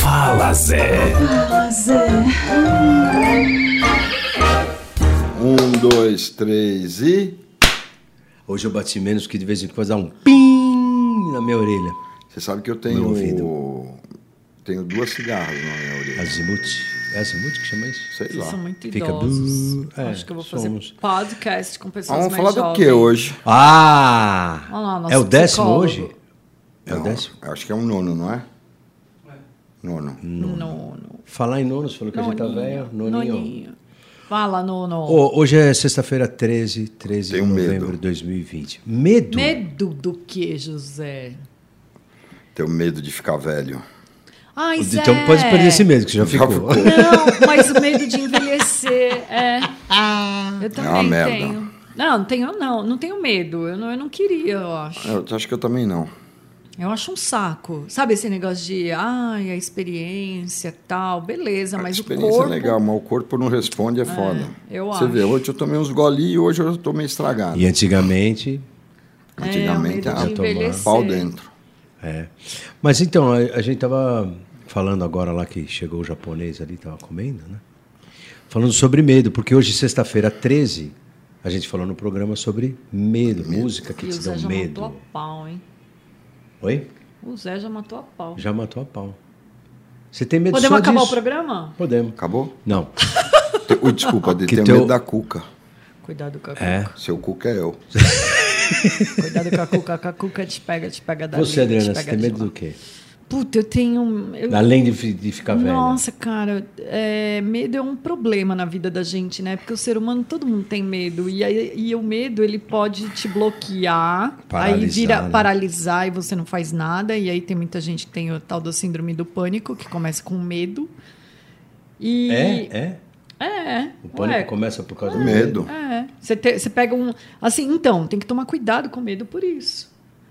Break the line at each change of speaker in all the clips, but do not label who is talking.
Fala Zé.
Um, dois, três e.
Hoje eu bati menos porque de vez em quando dá um pim na minha orelha.
Você sabe que eu
Meu
tenho.
ouvido.
Tenho duas cigarras na minha orelha.
Azimuth. É Azimuth que chama isso?
Sei
Vocês
lá.
são muito
Fica
idosos.
bu- é,
Acho que eu vou fazer
somos.
podcast com
Ah,
pessoas
vamos
mais
falar do que
jovens.
hoje?
Ah!
Olha lá, nosso
é o décimo
psicólogo.
hoje? É o
Não,
décimo?
Acho que é um nono, não é?
Hum.
Nono.
Nono.
Falar em nonos, falou que a gente tá velho. Noninho.
Noninho. Fala, Nono.
Ô, hoje é sexta-feira, 13, 13
Tenho
de
medo.
novembro de 2020. Medo?
Medo do que, José?
Tenho medo de ficar velho.
Ai, Zé.
Então pode perder esse medo, que já ficou.
Não, mas o medo de envelhecer. É. Eu também
É uma merda.
tenho. Não, não tenho, não. Não tenho medo. Eu não, eu não queria, eu acho.
Eu acho que eu também não.
Eu acho um saco. Sabe esse negócio de, ai, a experiência tal, beleza, mas
a
o
experiência
corpo.
é legal, mas o corpo não responde, é foda.
eu
Você vê,
acho.
hoje eu tomei uns golinhos e hoje eu tô meio estragado.
E antigamente.
Antigamente
é, o medo
era
de
tomar.
envelhecer.
pau dentro.
É. Mas então, a, a gente tava falando agora lá que chegou o japonês ali, tava comendo, né? Falando sobre medo, porque hoje, sexta-feira, 13, a gente falou no programa sobre medo, música que
E o
te
Zé
dão
já matou
medo.
a pau, hein?
Oi?
O Zé já matou a pau.
Já matou a pau. Você tem medo
Podemos
só
acabar
disso?
o programa?
Podemos.
Acabou?
Não.
Te- Ui, desculpa, de
Que
tenho
teu-
medo da cuca.
Cuidado com a cuca.
É.
Seu cuca é eu.
Cuidado com a cuca. Com a cuca te pega, te pega da
Você,
linha, te
Adriana, você
pega
tem
de
medo
lá.
do quê?
Puta, eu tenho. um, eu-
Além de, fi- de ficar velho.
Nossa, cara, é, medo é um problema na vida da gente, né? Porque o ser humano, todo mundo tem medo. E, aí- e o medo, ele pode te bloquear, aí
Paralisar,
vira
né?
paralisar e você não faz nada. E aí tem muita gente que tem o tal da síndrome do pânico, que começa com medo. E.
É? É?
É.
O pânico
ué,
começa por causa do
Medo.
é. Você, te- você pega um. Assim, então, tem que tomar cuidado com o medo por isso.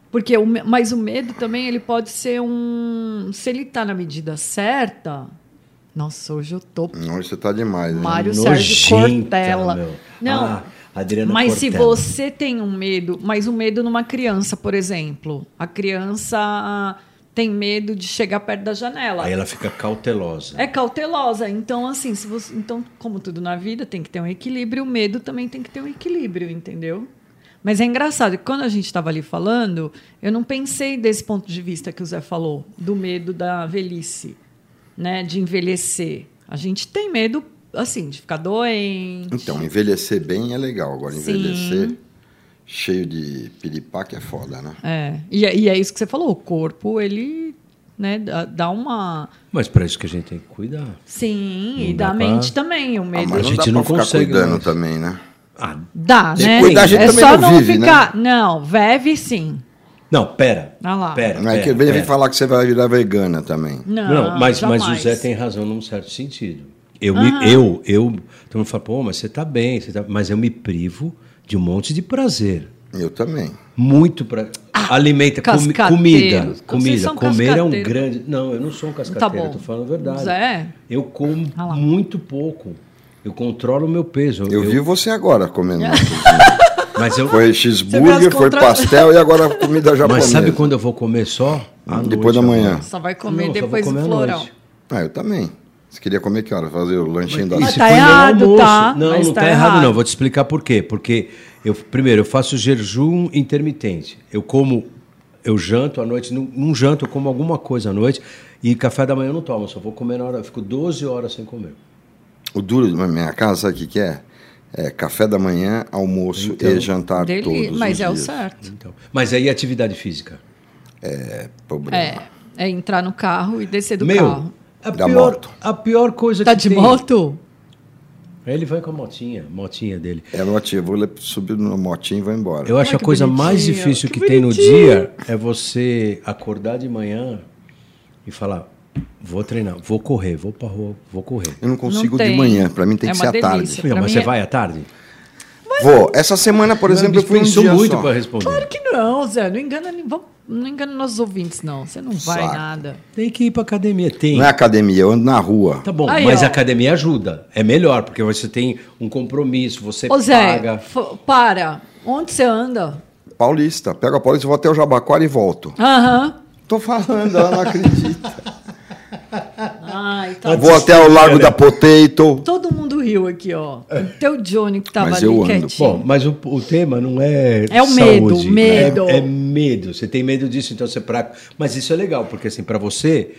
Porque o, me- mas o medo também ele pode ser um. Se ele tá na medida certa. Nossa, hoje eu tô.
Hoje você tá demais, né?
Mário Sérgio
Nojenta,
Cortella.
meu.
Não.
Ah, Adriana
mas se
Cortella.
você tem um medo, mas um medo numa criança, por exemplo. A criança ah, tem medo de chegar perto da janela.
Aí ela fica cautelosa.
É cautelosa. Então, assim, se você. Então, como tudo na vida, tem que ter um equilíbrio, o medo também tem que ter um equilíbrio, entendeu? Mas é engraçado, que quando a gente estava ali falando, eu não pensei desse ponto de vista que o Zé falou, do medo da velhice, né? De envelhecer. A gente tem medo, assim, de ficar doente.
Então, envelhecer bem é legal. Agora,
Sim.
envelhecer cheio de piripaque é foda, né?
É. E, é- e é isso que você falou, o corpo, ele né, dá- dá uma.
Mas para isso que a gente tem que cuidar.
Sim, e
Não
da
dá pra-
mente também, o medo.
Ah, mas
A
não
gente
dá
não
pra ficar
consegue
cuidando
mais.
também, né?
Ah,
Dá,
Se
né?
cuidar, a gente
é
também
só
não vive, né?
ficar. Não, vive sim.
não, pera.
Ah lá.
Pera,
Não é
pera,
que ele vem
pera.
falar que você vai virar vegana também.
Não,
Não, mas, mas o
jamais.
Zé tem razão num certo sentido. Eu, me, eu, eu, todo mundo fala, pô, mas você tá bem, você tá... mas eu me privo de um monte de prazer.
Eu também.
Muito pra... Alimenta, comi- comida.
Ah, cascateiros. Vocês
comida.
são
Comer é um
cascateiros.
grande. Não, eu não sou um cascateiro,
Tá bom.
eu tô falando a verdade.
Zé?
Eu como
Ah lá.
muito pouco. Eu controlo o meu peso.
Eu, vi você agora comendo.
Mas eu.
Foi cheeseburger,
as
foi
contra-
pastel e agora comida
Mas
japonesa.
sabe quando eu vou comer só? À
Ah,
noite
Depois da manhã.
agora.
Só vai comer
Não, só vou
depois
comer
do
à
florão.
noite.
Ah, eu também. Você queria comer que hora? Fazer o lanchinho da...
E
Mas
se
tá
foi meu
errado,
almoço-
tá?
Não,
Mas
não tá,
tá
errado,
errado.
não. Vou te explicar por quê. Porque, eu, primeiro, eu faço jejum intermitente. Eu como, eu janto à noite, não, não janto, eu como alguma coisa à noite. E café da manhã eu não tomo, só vou comer na hora. Eu fico 12 horas sem comer.
O duro da minha casa, sabe o que, que é? É café da manhã, almoço e jantar
Dele-
todos
mas
os
é o
dias.
certo.
Então, mas aí atividade física.
Problema.
É, é entrar no carro e descer do
Meu,
carro.
a
Da
pior,
moto.
a pior coisa
Tá
que
de
tem.
moto?
Ele vai com a motinha, motinha dele.
É motinho, eu vou le- subir no motinho e vou embora.
Eu acho
Ai,
a
que
coisa mais
bonitinho,
difícil que,
que
tem no
bonitinho.
dia é você acordar de manhã e falar: vou treinar, vou correr, vou pra rua, vou correr.
Eu não consigo de
tem.
manhã, pra mim tem
É
que ser
uma
à tarde.
delícia.
Meu,
Pra
mas
mim
você
é-
vai à tarde?
Vou. Essa semana, por exemplo, eu fui um
pensou
dia
muito
só.
para responder.
Claro que não, Zé. Não engana, nem- vamos- não engana nossos ouvintes, não. Você não vai
Saco.
nada.
Tem que ir pra academia, tem.
Não é academia, eu ando na rua.
Tá bom,
Aí,
mas
ó.
a academia ajuda. É melhor, porque você tem um compromisso, você
Ô, Zé,
paga.
fo- para. Onde você anda?
Paulista. Pego a Paulista, vou até o Jabaquara e volto.
Aham.
Tô falando, ela não acredita.
Tá
Vou até ao Lago da Potato.
Todo mundo riu aqui, ó. O teu Johnny que tava
Mas
ali
eu ando.
quietinho.
Bom, mas o, o tema não é
É o medo,
saúde,
medo.
É, é medo. Você tem medo disso, então você pra... Mas isso é legal, porque assim, para você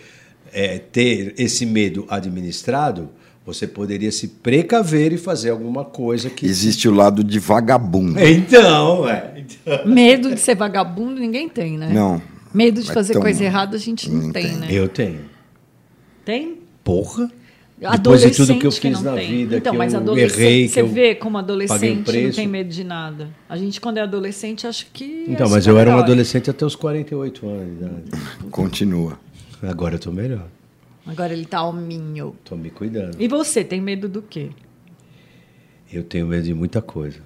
é, ter esse medo administrado, você poderia se precaver e fazer alguma coisa que
Existe o lado de vagabundo.
Então, é. Então...
Medo de ser vagabundo ninguém tem, né?
Não.
Medo de
Mas
fazer
então,
coisa errada a gente não
não
tem,
tem.
né?
Eu tenho.
Tem?
Porra. Depois de
Adolescente
tudo que eu fiz
não
na
tem.
vida,
então,
que
mas
eu
adolescente,
errei, que
você
eu
vê como
paguei um
adolescente não
preço.
tem medo de nada. A gente quando é adolescente acha que
Então,
é
mas eu era um
super-herói.
adolescente até os 48 anos de idade.
Continua.
Agora eu tô melhor.
Agora ele tá alminho.
Tô me cuidando.
E você tem medo do quê?
Eu tenho medo de muita coisa.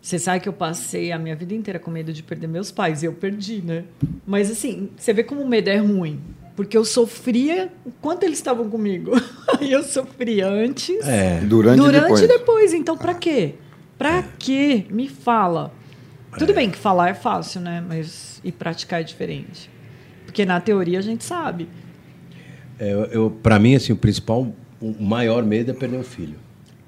Você sabe que eu passei a minha vida inteira com medo de perder meus pais. E eu perdi, né? Mas assim, você vê como o medo é ruim. Porque eu sofria enquanto eles estavam comigo. E eu sofria antes.
É.
Durante, e
Durante e
depois.
depois, então pra quê? Pra quê? Me fala. Tudo bem que falar é fácil, né? Mas e praticar é diferente. Porque na teoria a gente sabe.
É, eu- eu, para mim, assim, o principal, o maior medo é perder o filho.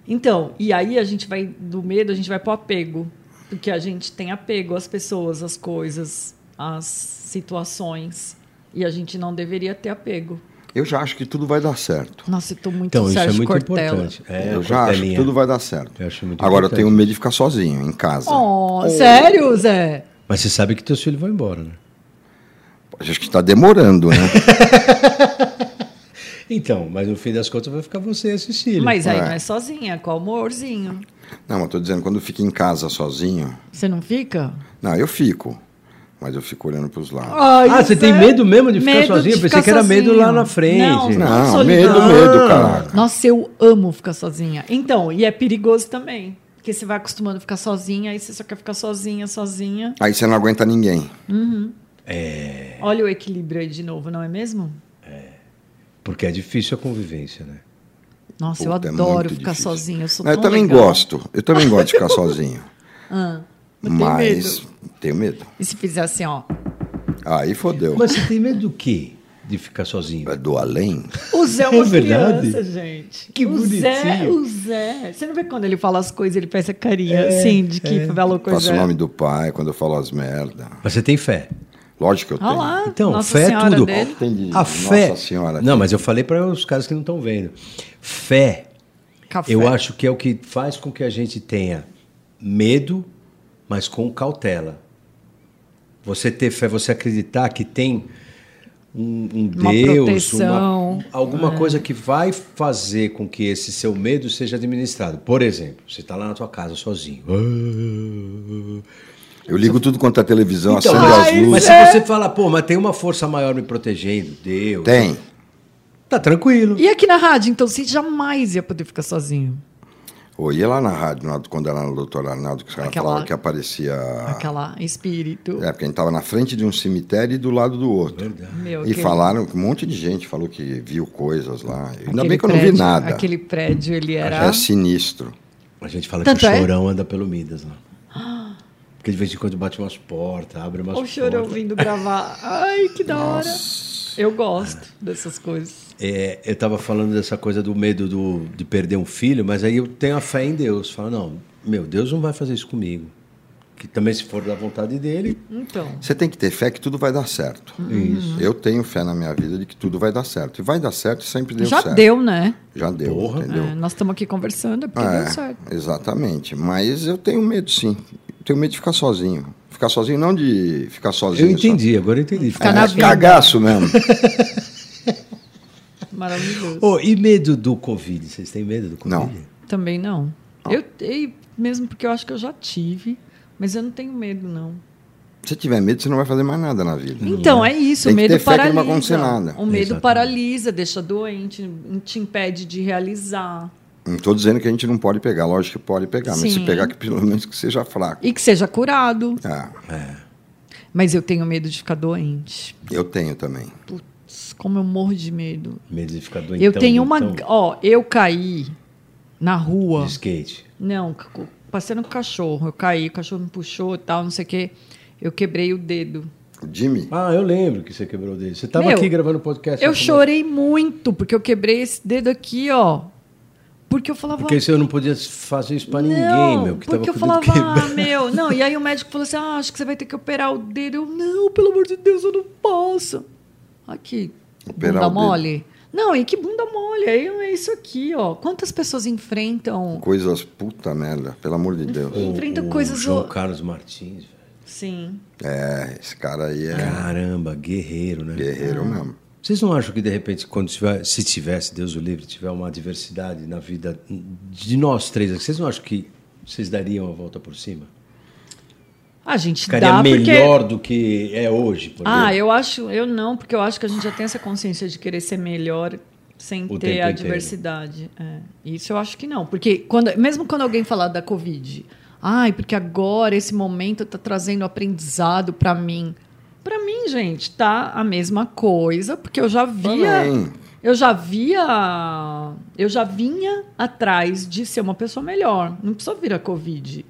Então, e aí a gente vai do medo, a gente vai pro apego. Porque a gente tem apego às pessoas, às coisas, às situações. E a gente não deveria ter apego.
Eu já acho que tudo vai dar certo.
Nossa, eu tô muito
Então, isso é
Sérgio
muito
Cortella.
importante. É,
eu já acho que
Cortelinha.
tudo vai dar certo.
Eu acho muito
Agora um- eu
importante.
tenho medo de ficar sozinho em casa.
Oh, sério, Zé?
Mas você sabe que teus filhos vão embora, né?
Acho que está demorando, né?
Então, mas no fim das contas vai ficar você e a Cecília.
Mas aí
É.
não é sozinha, é com amorzinho.
não, mas tô dizendo, quando eu fico em casa sozinho.
Você não fica?
Não, eu fico. Mas eu fico olhando para os lados.
Ai,
Ah, você
Zé.
tem medo mesmo de ficar
tá Medo
sozinho? Eu pensei
ficar
que era medo
sozinho.
lá na frente.
Não,
Não,
solidão.
medo, medo, cara.
Nossa, eu amo ficar sozinha. Então, e é perigoso também. Porque você vai acostumando a ficar sozinha, aí você só quer ficar sozinha, sozinha.
Aí você não aguenta ninguém. É.
Olha o equilíbrio aí de novo, não é mesmo?
Porque é difícil a convivência, né?
Nossa,
Puta, é
eu adoro
muito
ficar
difícil.
sozinha. Eu sou
Não, eu
tão
também
legal.
gosto. Eu também gosto de ficar sozinho.
Ah, eu tenho
mas
medo.
tenho medo.
E se fizer assim, ó.
Aí fodeu.
Mas você tem medo do quê? De ficar sozinho?
É do além?
O Zé é uma
É verdade?
criança, gente.
Que
o Zé,
bonitinho.
o Zé. Você não vê quando ele fala as coisas, ele faz a carinha assim, de que falou
É, Faço
coisa.
o nome do pai quando eu falo as merda.
Mas você tem fé.
Lógico que eu
Olha
tenho.
Ah lá,
Então,
Nossa
fé é
Senhora
tudo.
dele.
Entendi.
A
Nossa
fé.
Senhora.
Não, mas eu falei para os caras que não estão vendo. Fé
Café.
Eu acho que é o que faz com que a gente tenha medo, mas com cautela. Você ter fé, você acreditar que tem um, um
Uma
Deus,
proteção.
alguma coisa que vai fazer com que esse seu medo seja administrado. Por exemplo, você está lá na tua casa sozinho.
Eu ligo tudo quanto é televisão,
Então,
acendo as
Ai,
luzes.
mas se você fala, pô, mas tem uma força maior me protegendo, Deus.
Tem.
Tá tranquilo.
E aqui na rádio, então você jamais ia poder ficar sozinho.
Ou ia lá na rádio, lá do- quando era no doutor Arnaldo, que os caras
Aquela-
falavam que aparecia.
Aquela espírito.
É, porque a gente estava na frente de um cemitério e do lado do outro.
Meu,
E
aquele-
falaram que um monte de gente falou que viu coisas lá. Ainda
aquele
bem que eu não vi
prédio-
nada.
Aquele prédio, ele era.
É sinistro.
A gente fala
Tanto
que o
é-
chorão anda pelo Midas lá. Porque de vez em quando bate umas portas, abre umas
Olha o chorão
portas.
vindo gravar. Ai, que da hora. Eu gosto dessas coisas.
É, eu estava falando dessa coisa do medo do, de perder um filho, mas aí eu tenho a fé em Deus. Falo, não, meu Deus não vai fazer isso comigo. Que também se for da vontade dele.
Então.
Você tem que ter fé que tudo vai dar certo.
Uhum.
Eu tenho fé na minha vida de que tudo vai dar certo. E vai dar certo e sempre deu
já
certo.
deu, né?
Já deu,
Porra.
entendeu?
É, nós estamos aqui conversando, é porque
É,
deu certo.
Exatamente. Mas eu tenho medo, sim. Eu tenho medo de ficar sozinho. Ficar sozinho não de ficar sozinho.
Eu entendi, agora eu entendi.
é Só.
Ficar na
é,
vida.
cagaço mesmo.
Maravilhoso.
Oh, e medo do Covid? Vocês têm medo do Covid?
Não.
Também não. Eu, e mesmo porque eu acho que eu já tive, mas eu não tenho medo, não.
Se tiver medo, você não vai fazer mais nada na vida.
Então, é isso. O
Tem que
medo
ter fé que não vai
paralisa.
acontecer nada.
O medo
Exatamente.
paralisa, deixa doente, te impede de realizar.
Não estou dizendo que a gente não pode pegar. Lógico que pode pegar. Mas
Sim.
se pegar, que pelo menos que seja fraco.
E que seja curado.
Ah,
Mas eu tenho medo de ficar doente.
eu tenho também.
Putz, como eu morro de medo.
Medo de ficar doentão.
eu tenho uma.
doentão?
Ó, eu caí na rua.
De skate.
Não, c- c- passei no cachorro. Eu caí, o cachorro me puxou e tal, não sei o quê. Eu quebrei o dedo.
O Jimmy?
Ah, eu lembro que você quebrou dele. Você estava
Meu,
aqui gravando podcast.
Eu
na primeira-
chorei muito, porque eu quebrei esse dedo aqui, ó. Porque eu falava.
Porque você não podia fazer isso pra ninguém,
não,
meu. Que tava
porque eu
com o dedo
falava, ah,
quebrado.
meu, não. E aí o médico falou assim: ah, acho que você vai ter que operar o dedo. Eu, não, pelo amor de Deus, eu não posso. Aqui,
Operar
bunda
o dedo.
mole. Não, e que bunda mole. Aí é isso aqui, ó. Quantas pessoas enfrentam.
Coisas puta merda, pelo amor de Deus.
enfrenta
o,
coisas
O João
o-
Carlos Martins, velho.
Sim.
É, esse cara aí é
Caramba, guerreiro, né?
guerreiro mesmo.
Vocês não acham que, de repente, quando tiver, se tivesse, Deus o livre, tiver uma adversidade na vida de nós três, aqui, vocês não acham que vocês dariam a volta por cima?
A gente
Ficaria
dá porque.
melhor do que é hoje, por
Ah,
exemplo?
eu acho, eu não, porque eu acho que a gente já tem essa consciência de querer ser melhor sem
tempo
ter a
inteiro.
diversidade. É, Isso eu acho que não, porque quando, mesmo quando alguém falar da Covid, ai, porque agora esse momento está trazendo aprendizado para mim. Para mim, gente, tá a mesma coisa, porque eu já via,
Também.
eu já via, eu já vinha atrás de ser uma pessoa melhor. Não precisa vir a Covid.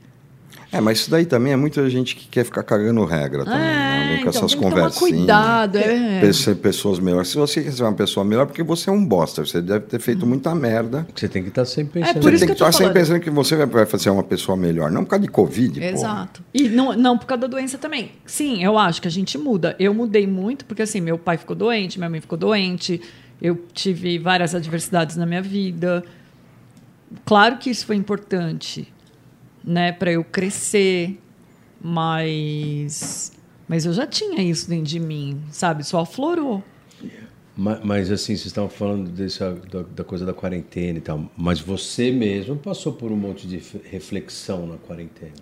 É, mas isso daí também é muita gente que quer ficar cagando regra também, né? Vem com essas
É, então tem que tomar
conversinhas.
cuidado. É.
Pe- ser pessoas melhores. Se você quer ser uma pessoa melhor, porque você é um bosta. Você deve ter feito muita merda.
Você tem que estar sempre pensando.
É Por
você
isso
tem
que
que
eu tô
estar sempre
falando.
pensando que você vai- vai ser uma pessoa melhor. Não por causa de Covid, porra.
Exato. E não, não por causa da doença também. Sim, eu acho que a gente muda. Eu mudei muito, porque assim, meu pai ficou doente, minha mãe ficou doente, eu tive várias adversidades na minha vida. Claro que isso foi importante, né, para eu crescer, mas mas eu já tinha isso dentro de mim, sabe? Só aflorou.
assim, um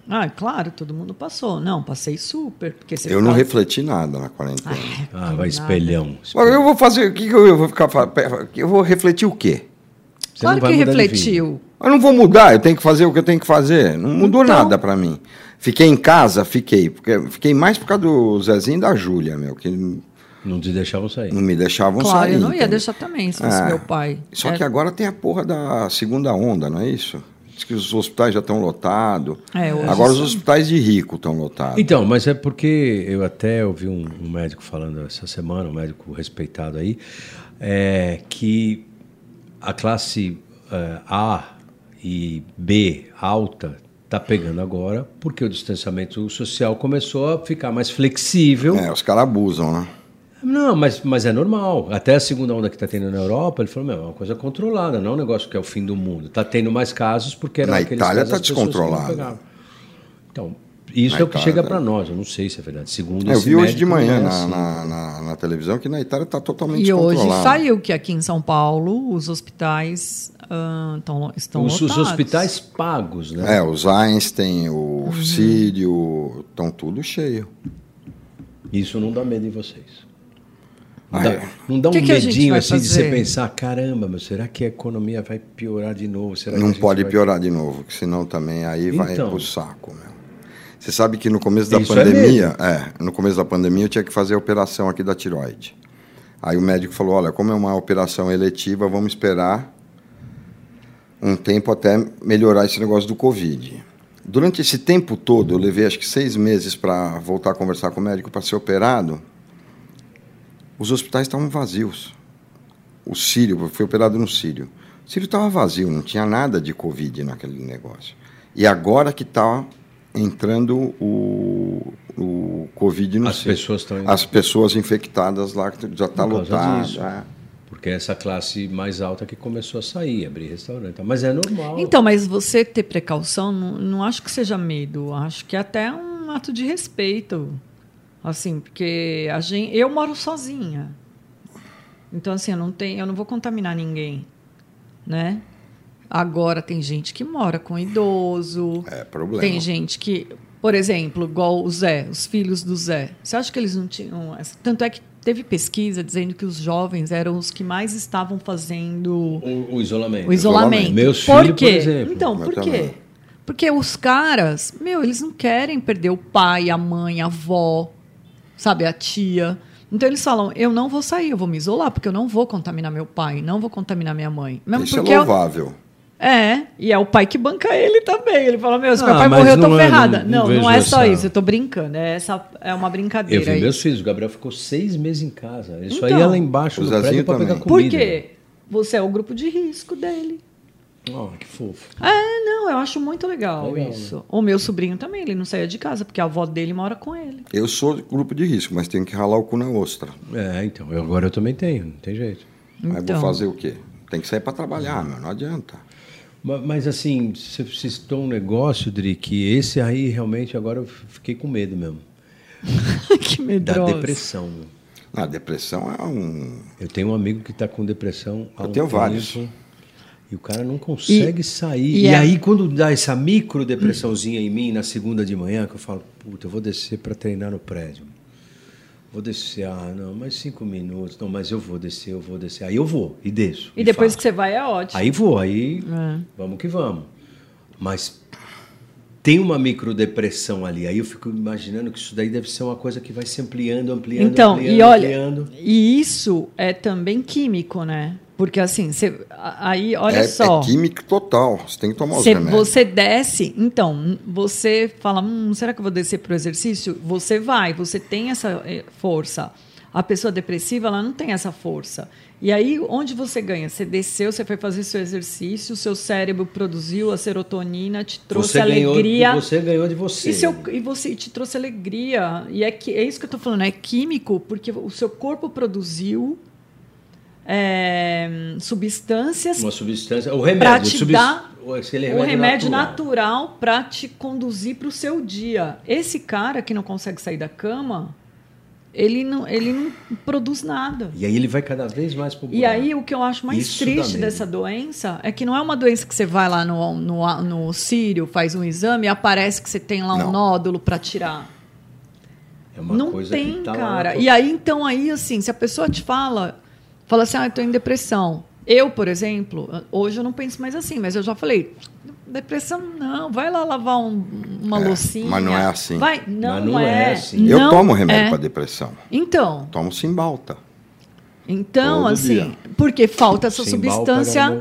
Ah, claro, todo mundo passou. Não, passei super, porque você é
Eu não
ficava-
refleti nada na quarentena.
Ah, vai espelhão.
Mas eu vou fazer. O que, que eu vou ficar. fa- pe- Eu vou refletir o quê?
Você
Claro
não vai
que
mudar de vida.
refletiu.
Eu não vou mudar, eu tenho que fazer o que eu tenho que fazer. Não mudou
Então-
nada pra mim. Fiquei em casa, fiquei. Porque fiquei mais por causa do Zezinho e da Júlia, meu, que não
Não te deixavam sair.
me deixavam
Claro,
sair.
eu não ia
entendeu?
deixar também, se fosse
Ah,
meu pai. É.
Só
Era-
que agora tem a porra da segunda onda, não é isso? Diz que os hospitais já estão lotados.
É, hoje
agora os
sim.
hospitais de rico estão lotados.
Então, mas é porque eu até ouvi um, um médico falando essa semana, um médico respeitado aí, é, que a classe é, A e B alta está pegando agora porque o distanciamento social começou a ficar mais flexível.
É, os caras abusam, né?
Não, mas, mas é normal. Até a segunda onda que está tendo na Europa, ele falou, meu, é uma coisa controlada, não é um negócio que é o fim do mundo. Está tendo mais casos porque era
Na
aqueles
Itália
casos
tá
as pessoas que não
descontrolado.
pegavam. Então, isso
Na
é o que
Itália
chega
tá.
para nós. Eu não sei se é verdade. Segundo
eu
esse
vi hoje
médico,
de
não é
manhã na,
assim.
na- na- na televisão que na Itália está totalmente
E hoje
controlado.
saiu que aqui em São Paulo os hospitais ah, tão- estão
Os, os
lotados.
hospitais pagos, né?
É, os Einstein, o
Uhum.
Sírio, estão tudo cheio.
Isso não dá medo em vocês. Não
Ah,
dá,
é.
não dá um
Que que a gente
medinho
vai
assim de você
fazer?
pensar, caramba, meu, será que a economia vai piorar de novo? Será que a
Não
gente
pode
vai-
piorar de novo, que senão também aí vai
Então.
pro saco, meu. Você sabe que no começo da
Isso é
pandemia, é, no começo da pandemia eu tinha que fazer a operação aqui da tiroide. Aí o médico falou, olha, como é uma operação eletiva, vamos esperar um tempo até melhorar esse negócio do Covid. Durante esse tempo todo, eu levei acho que seis meses para voltar a conversar com o médico para ser operado. Os hospitais estavam vazios. O Sírio, eu fui operado no Sírio. O Sírio estava vazio, não tinha nada de Covid naquele negócio. E agora que está entrando o, o Covid no
As
Sírio.
pessoas estão indo.
As pessoas infectadas lá que já está
Por causa
lotado.
disso.
é.
Porque é essa classe mais alta que começou a sair, abrir restaurante. Mas é normal.
Então, mas você ter precaução, não, não acho que seja medo. Acho que é até um ato de respeito. Assim, porque a gente, eu moro sozinha. Então, assim, eu não, tenho, eu não vou contaminar ninguém, né? Agora tem gente que mora com idoso.
É problema.
Tem gente que, por exemplo, igual o Zé, os filhos do Zé. Você acha que eles não tinham. essa- Tanto é que teve pesquisa dizendo que os jovens eram os que mais estavam fazendo
o, o isolamento.
o isolamento.
Meus
por
filhos,
quê?
por exemplo.
Então,
Eu
por quê?
também.
Porque os caras, meu, eles não querem perder o pai, a mãe, a avó, sabe, a tia. Então eles falam, eu não vou sair, eu vou me isolar, porque eu não vou contaminar meu pai, não vou contaminar minha mãe. Mesmo
Isso é
porque eu-
louvável.
É, e é o pai que banca ele também. Ele fala: Meu, se meu
Ah,
pai
mas
morreu, eu tô
não é-
ferrada.
não- não
Não,
vejo
não, é só
essa-
isso, eu tô brincando. É, essa, é uma
Eu
brincadeira
vi
aí.
meus filhos, o Gabriel ficou seis meses em casa. Ele só
Então.
ia lá embaixo
O
do
Zezinho
prédio pra
também.
pegar comida.
Por quê? Você é o grupo de risco dele.
Oh, que fofo.
É, não, eu acho muito legal,
Legal, né?
isso. O meu sobrinho também, ele não saía de casa, porque a avó dele mora com ele.
Eu sou de grupo de risco, mas tenho que ralar o cu na ostra.
É, então, eu, agora eu também tenho, não tem jeito.
Mas
Então.
vou fazer o quê? Tem que sair para trabalhar, meu, não adianta.
Ma- Mas, assim, você citou um negócio, Dri, que esse aí realmente agora eu f- fiquei com medo mesmo.
que
Da
medroso.
depressão. meu.
A depressão é um.
Eu tenho um amigo que está com depressão há
Eu
um
tenho
tempo,
vários.
E o cara não consegue
E-
sair.
e
E,
é-
aí, quando dá essa micro depressãozinha em mim, na segunda de manhã, que eu falo, puta, eu vou descer para treinar no prédio. Vou descer, ah, não, mais cinco minutos. Não, mas eu vou descer, eu vou descer. Aí eu vou e desço.
E depois
faço.
que você vai é ótimo.
Aí vou, aí
É.
vamos que vamos. Mas tem uma microdepressão ali. Aí eu fico imaginando que isso daí deve ser uma coisa que vai se ampliando, ampliando,
então,
ampliando,
e olha,
ampliando.
e isso é também químico, né? Porque assim, você, a- aí, olha
é,
só.
é químico total. Você tem que tomar os
Cê-
remédios.
você desce, então, você fala, hum, será que eu vou descer para o exercício? Você vai, você tem essa eh, força. A pessoa depressiva, ela não tem essa força. E aí, onde você ganha? Você desceu, você foi fazer seu exercício, seu cérebro produziu a serotonina, te trouxe
você
alegria.
Ganhou, você ganhou de você.
E, seu, e você e te trouxe alegria. E é, que, é isso que eu tô falando, é químico, porque o seu corpo produziu eh, substâncias
Uma substância. O remédio.
Pra te
subs-
dar
aquele
o remédio
É, natural.
natural, pra te conduzir pro seu dia. Esse cara que não consegue sair da cama, ele não, ele não produz nada.
E aí ele vai cada vez mais pro
E
buraco.
aí o que eu acho mais
Isso dá
triste
medo.
dessa doença é que não é uma doença que você vai lá no, no, no Sírio, faz um exame e aparece que você tem lá um
Não.
nódulo pra tirar.
É uma
não
coisa que
tem,
tá lá na
cara.
tua-
E aí, então, aí, assim, se a pessoa te fala, fala assim, ah, eu tô em depressão. Eu, por exemplo, hoje eu não penso mais assim, mas eu já falei, depressão não, vai lá lavar um- uma
É,
loucinha.
mas não é assim.
Vai, não,
não
é.
é assim.
Eu
não
tomo remédio
é.
para depressão.
Então,
Tomo simbalta.
então,
Todo
assim,
dia.
porque falta essa
Sem mal,
substância,
para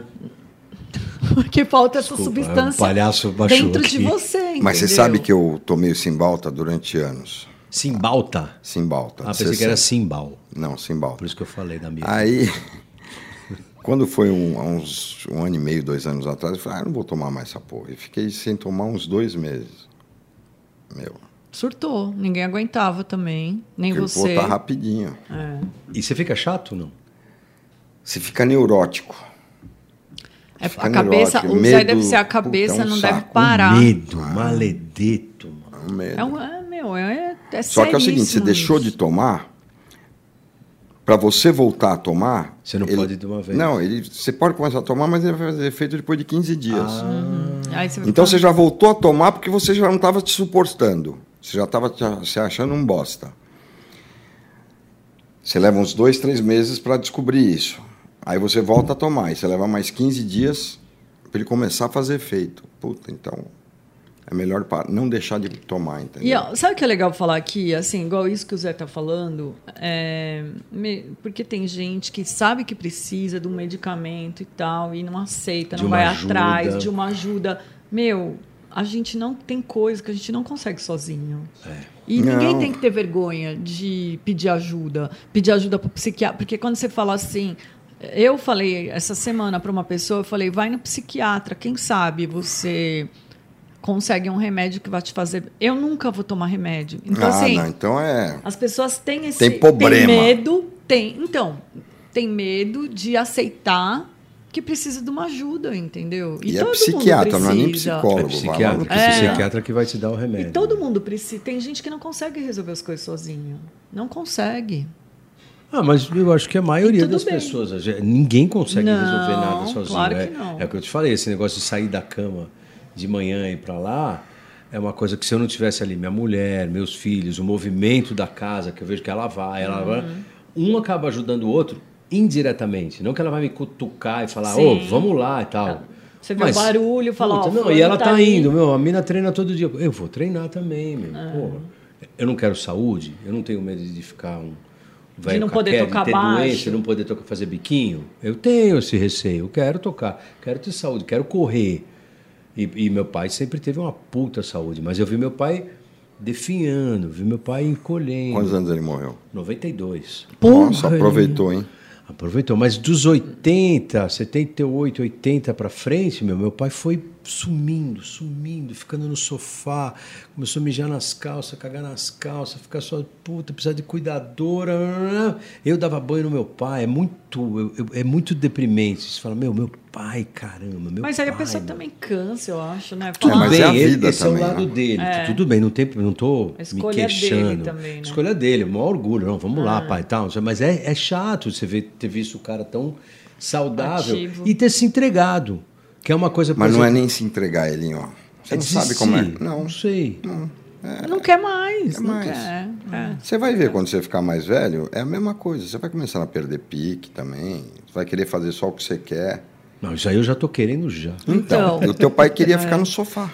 não-
porque falta essa
Desculpa,
é um
substância
o palhaço baixou
dentro de
aqui.
você,
Mas você
entendeu?
sabe que eu tomei o simbalta durante anos.
Simbalta.
Simbalta.
Ah, pensei que era simbal.
Não, simbalta.
Por isso que eu falei da minha.
Aí, quando foi um, há uns um ano e meio, dois anos atrás, eu falei, ah, eu não vou tomar mais essa porra. E fiquei sem tomar uns dois meses. Meu,
Surtou, ninguém aguentava também, nem
porque
você.
voltar tá rapidinho.
É.
E você fica chato, não?
Você fica neurótico.
É,
Fica
a cabeça,
neurótico,
o
medo,
Zé deve ser a
puta,
cabeça,
é um
não deve
saco, um
parar.
Um medo, maledeto, mano.
é um medo.
É, um, é, meu, é, é
Só que é o seguinte, você
seríssimo
deixou
isso.
de tomar, para você voltar a tomar...
Você não pode de uma vez.
Não, ele, você pode começar a tomar, mas ele vai fazer efeito depois de 15 dias.
Ah.
Aí você vai
Então você
ficar-
já voltou a tomar porque você já não estava te suportando. Você já estava se achando um bosta. Você leva uns dois, três meses para descobrir isso. Aí você volta a tomar. E você leva mais 15 dias para ele começar a fazer efeito. Puta, então é melhor pa- não deixar de tomar, entendeu?
E, ó, sabe o que é legal falar aqui? Assim, igual isso que o Zé tá falando, é, me- porque tem gente que sabe que precisa de um medicamento e tal, e não aceita,
De
não
uma
vai
ajuda.
atrás de uma ajuda. Meu, a gente não tem coisa que a gente não consegue sozinho.
É,
E
Não.
ninguém tem que ter vergonha de pedir ajuda, pedir ajuda para o psiquiatra, porque quando você fala assim, eu falei essa semana para uma pessoa, eu falei, vai no psiquiatra, quem sabe você consegue um remédio que vai te fazer. Eu nunca vou tomar remédio. Então
ah,
assim,
não, então é.
as pessoas têm esse
Tem problema.
tem medo, tem, então, tem medo de aceitar que precisa de uma ajuda, entendeu?
E, é psiquiatra, não é nem
precisa.
psicólogo.
É
vai lá no
psiquiatra,
É.
psiquiatra que vai te dar o remédio.
E todo mundo precisa. Tem gente que não consegue resolver as coisas sozinho. Não consegue.
Ah, mas eu acho que a maioria
tudo
das
bem.
pessoas, a gente- ninguém consegue
Não,
resolver nada sozinho.
claro que
é,
não.
é o que eu te falei, esse negócio de sair da cama de manhã e ir pra lá é uma coisa que se eu não tivesse ali minha mulher, meus filhos, o movimento da casa, que eu vejo que ela vai, ela vai,
Uhum.
um acaba ajudando o outro indiretamente, não que ela vai me cutucar e falar, ô,
Sim.
vamos lá e tal.
Você vê o barulho, fala, ó,
não,
fulano
e ela
tá
tá
ali.
indo, meu, a mina treina todo dia. Eu
É.
vou treinar também, meu. Porra, eu não quero saúde, eu não tenho medo de ficar um, Vai
não
com a
poder
queda,
tocar
ter
baixo.
doença, não poder tocar, fazer biquinho. Eu tenho esse receio. Eu quero tocar, quero ter saúde, quero correr. E, e meu pai sempre teve uma puta saúde, mas eu vi meu pai definhando, vi meu pai encolhendo.
Quantos anos ele morreu?
92.
Nossa, aproveitou, hein?
Aproveitou, mas dos 80, 78, 80 pra frente, meu, meu pai foi sumindo, sumindo, ficando no sofá, começou a mijar nas calças, cagar nas calças, ficar só, puta, precisar de cuidadora. Eu dava banho no meu pai, é muito, eu- eu- é muito deprimente. Você fala, meu, meu pai, caramba, meu
Mas
pai.
aí a pessoa
mano.
também cansa, eu acho, né?
Tudo
Falar-
mas
bem,
é a
ele-
vida
esse
também,
é o lado
né?
dele. Tudo bem, não tem, não tô
A
me
escolha dele
queixando.
também, né? Ah.
Escolha dele, o maior orgulho, não, vamos lá, pai, tal. Mas é, é chato você ver, ter visto o cara tão saudável
Ativo.
e ter se entregado, que é uma coisa. por
Mas não é
exemplo,
nem se entregar, Elinho. ó. Você
é
não sabe
desistir.
como é.
Não
Não.
sei.
"Ah, Não quer mais.
Quer
não
mais.
quer. é.
Você vai ver quando você ficar mais velho, é a mesma coisa. Você vai começar a perder pique também. Você vai querer fazer só o que você quer.
Não, isso aí eu já tô querendo já.
Então,
Então.
e o teu pai queria ficar no sofá.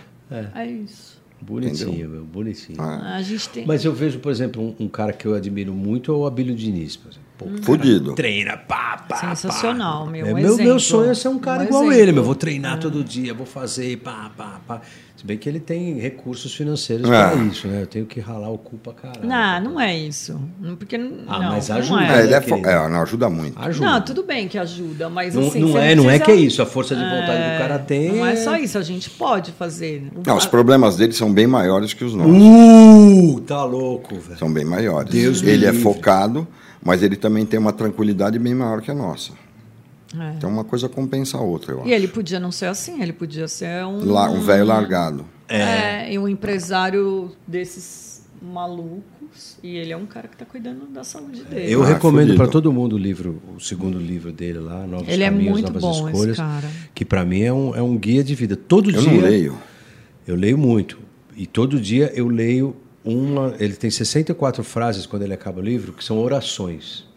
É isso.
Bonitinho, meu, bonitinho.
Ah. né?
A gente tem.
Ah. Mas eu vejo, por exemplo, um, um cara que eu admiro muito é o Abílio Diniz, por exemplo.
Hum.
Pô,
Fudido.
treina, pá, pá, pá.
Sensacional, meu,
É,
um
meu, meu
exemplo.
sonho é ser um cara
Um
igual
exemplo.
ele, meu. Vou treinar todo dia, vou fazer, pá, pá, pá. Se bem que ele tem recursos financeiros
Ah.
para isso, né? Eu tenho que ralar o cu pra caralho.
Não, não é isso. Não- Porque n-
Ah,
não,
mas
não
ajuda.
É,
é.
ele é fo-
querido.
é, não, ajuda muito.
Ajuda.
Não, tudo bem que ajuda, mas
Não,
assim,
não
você
é, não é
precisa-
que é isso. A força de vontade do cara tem.
Não é só
isso.
isso, a gente pode fazer. O-
Não, os
a-
problemas dele são bem maiores que os nossos.
Hum. Uh, tá louco, velho.
São bem maiores.
Deus me
ele é
livre.
focado, mas ele também tem uma tranquilidade bem maior que a nossa.
É.
Então uma coisa compensa a outra, eu acho.
E ele podia não ser assim, ele podia ser um.
Lá, um velho largado.
É, e um empresário desses malucos. E ele é um cara que tá cuidando da saúde dele.
Eu
Ah,
recomendo
fudido.
para todo mundo o livro, o segundo livro dele lá, Novos
Ele é
Caminhos,
muito
Novas
bom, esse
Escolhas,
cara.
que para mim é um, é um guia de vida. Todo
Eu
dia
não leio.
Eu leio muito. E todo dia eu leio uma. Ele tem 64 frases quando ele acaba o livro, que são orações.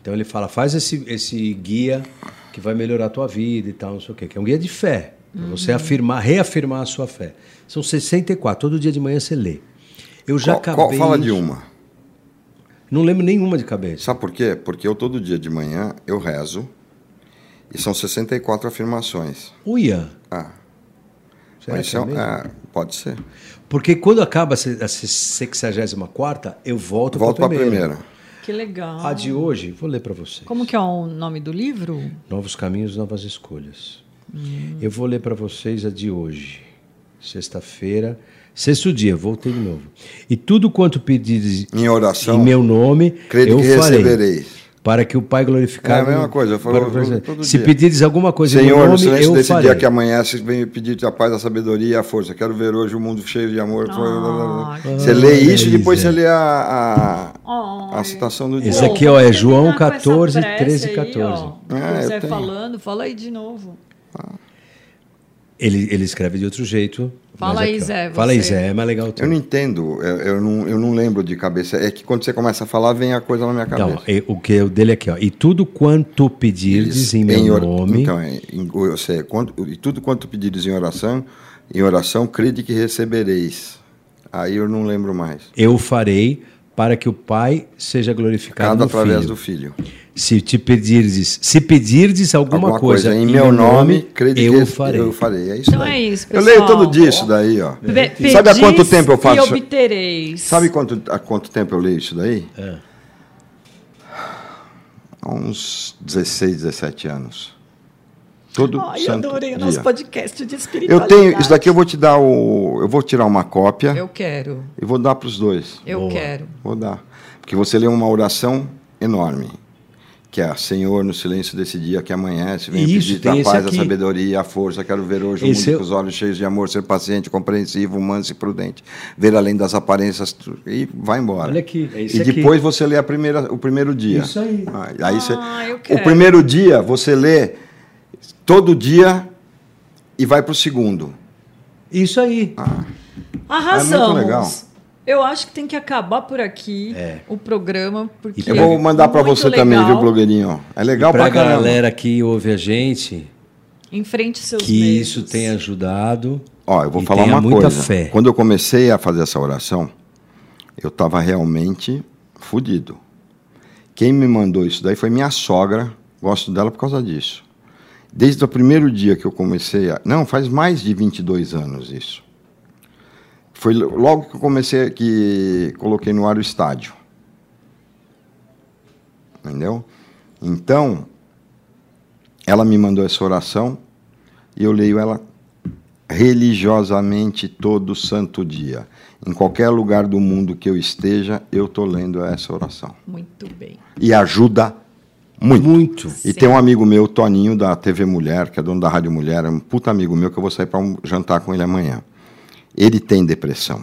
Então ele fala: faz esse, esse guia que vai melhorar a tua vida e tal, não sei o quê. Que é um guia de fé. Pra você afirmar, reafirmar a sua fé. São 64. Todo dia de manhã você lê. Eu já
Qual-
acabei.
qual- fala de
isso.
uma.
Não lembro nenhuma de cabeça.
Sabe por quê? Porque eu todo dia de manhã eu rezo e são 64 afirmações.
Uia!
Ah,
Será
mas
que é
são-
mesmo?
ah, pode ser.
Porque quando acaba a 64, eu volto,
Volto
para
para a primeira.
Que legal.
A de hoje, vou ler para vocês.
Como que é o nome do livro?
Novos caminhos, novas escolhas.
Hum.
Eu vou ler para vocês a de hoje, sexta-feira, sexto dia, voltei de novo. E tudo quanto pedires
Em oração,
em meu nome,
credo
eu
que
farei,
recebereis.
para que o Pai glorificado...
É a mesma coisa, eu
para-
falo todo- todo
Se
dia.
pedires alguma coisa em meu
Senhor, no
nome,
silêncio
eu
desse
farei.
dia que amanhece, venho pedir-te a paz, a sabedoria e a força. Quero ver hoje o mundo cheio de amor.
Ah, que
você lê
beleza.
isso e depois você lê a, a,
Olha.
a citação do dia.
Esse aqui, ó, é João
Terminar com essa
14,
prece
13,
aí,
14.
ó, que
Ah,
o
eu
Zé
tenho.
falando, fala aí de novo.
Ele, ele escreve de outro jeito.
Fala
mas
aí,
ó.
Zé,
Fala aí,
você.
Zé, é mais legal o teu.
Eu não entendo, eu, eu não, eu não lembro de cabeça. É que quando você começa a falar, vem a coisa na minha cabeça.
Então, e- o que é o dele aqui, ó. E tudo quanto pedirdes em meu
or-
nome...
Então, é, em, ou seja, quando, e tudo quanto pedires em oração, em oração, crede que recebereis. Aí eu não lembro mais.
eu farei para que o Pai seja glorificado no
Cada através
um filho.
do filho.
Se te pedirdes, se pedirdes alguma,
Alguma coisa, em meu nome, crede que
eu
rece-
farei.
eu farei. É isso
Então
daí.
é isso,
Eu
pessoal.
leio todo dia isso daí, ó.
Pe-
Sabe há
pedis
quanto tempo eu
E
faço?
obtereis.
Sabe quanto, há quanto tempo eu leio isso daí?
É.
Há uns 16, 17 anos. Todo
Ai, eu
santo
adorei o
dia.
nosso podcast de
Eu
espiritualidade.
tenho, isso daqui eu vou te dar o, eu vou tirar uma cópia
Eu quero,
e vou dar para os dois.
eu
Boa.
quero.
Vou dar. Porque você lê uma oração enorme. Que é, Senhor, no silêncio desse dia que amanhece, venha
Isso,
pedir
tem
a
esse
paz, a
aqui.
sabedoria e a força. Quero ver hoje o
Esse
mundo
eu-
com os olhos cheios de amor, ser paciente, compreensivo, manso e prudente. Ver além das aparências tu- e vai embora.
Olha aqui, é
E
esse aqui.
depois você lê a primeira, o primeiro dia.
Isso aí.
Ah, aí você-
eu
o
quero.
primeiro dia você lê todo dia e vai para o segundo.
Isso aí.
Ah,
Arrasamos.
É muito legal. É.
Eu acho que tem que acabar por aqui o programa, porque
Eu vou mandar para
muito
você também, viu,
legal.
blogueirinho? É legal
pra
pra caramba.
galera que ouve a gente,
Enfrente seus
que
medos.
isso tem ajudado.
Ó, eu vou
E
falar
tenha
uma
muita
coisa.
fé.
Quando eu comecei a fazer essa oração, eu estava realmente fudido. Quem me mandou isso daí foi minha sogra. Gosto dela por causa disso. Desde o primeiro dia que eu comecei a. Não, faz mais de 22 anos isso. Foi logo que eu comecei, que coloquei no ar o estádio. Entendeu? Então, ela me mandou essa oração e eu leio ela religiosamente todo santo dia. Em qualquer lugar do mundo que eu esteja, eu estou lendo essa oração.
Muito bem.
E ajuda muito.
Muito.
E tem um amigo meu, Toninho, da TV Mulher, que é dono da Rádio Mulher, é um puta amigo meu que eu vou sair para um jantar com ele amanhã. Ele tem depressão.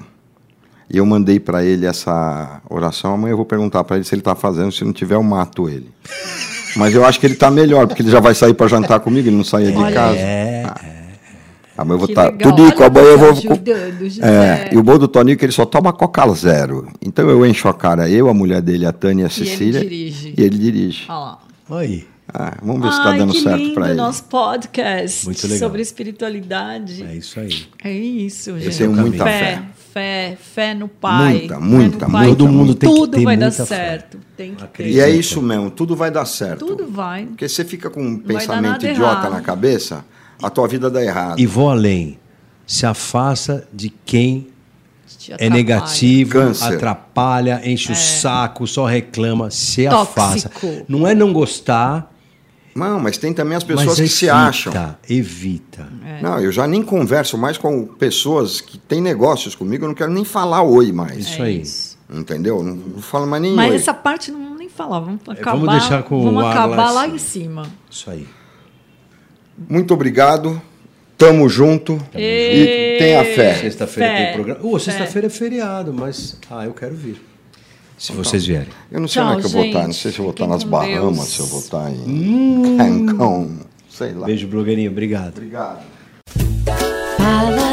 E eu mandei para ele essa oração. Amanhã eu vou perguntar para ele se ele está fazendo. Se não tiver, eu mato ele. Mas eu acho que ele está melhor, porque ele já vai sair para jantar comigo, ele não saía de
Olha,
casa.
É.
Ah, mas eu vou
Que
estar
legal.
tudo
Olha
com a boia, eu
você
vou.
ajudando, José.
É, e o bom do Toninho é que ele só toma Coca Zero. Então eu encho a cara, eu, a mulher dele, a Tânia e a Cecília.
dirige.
E ele dirige.
Olha lá.
Olha aí.
Ah, vamos ver se está
Ai,
dando
que
certo
lindo
para ele.
nosso podcast
Muito legal.
sobre espiritualidade.
É isso aí.
É isso, gente.
tenho muita
fé. Fé, fé no Pai.
um Muita,
Fé
muita,
no pai.
muita, Todo mundo
Tudo
tem que ter
vai dar
muita fé.
certo. Tem que ter.
E é isso mesmo, tudo vai dar certo.
Tudo vai.
Porque você fica com um
vai dar
pensamento
nada
idiota
errado.
na cabeça, a tua vida dá errado.
E vou além. Se afasta de quem
Te
é
atrapalha. É.
negativo,
Câncer.
atrapalha, enche o saco, só reclama, se
Tóxico.
afasta. Não é não gostar,
Não, mas é tem também as
mas
pessoas que
evita,
se acham.
evita.
Não, eu já nem converso mais com pessoas que têm negócios comigo, eu não quero nem falar oi mais.
Isso aí.
É isso.
Entendeu? Não, não falo mais nem
Mas
oi.
essa parte não vamos nem falar. Vamos acabar,
É, deixar com
vamos
o ar lá
acabar lá
em
em cima.
Isso aí.
Muito obrigado. Tamo junto. E tenha fé.
Sexta-feira
Fé.
tem programa. Ô,
Fé.
sexta-feira é feriado, mas ah, eu quero vir. Se vocês vierem.
Eu não sei
Tchau,
onde é que eu vou
gente.
estar. Não sei se eu vou estar
Fiquem
nas
com
Bahamas,
Deus.
se eu vou estar em Cancún. Sei lá.
Beijo, blogueirinho. Obrigado.
Obrigado.
Palavra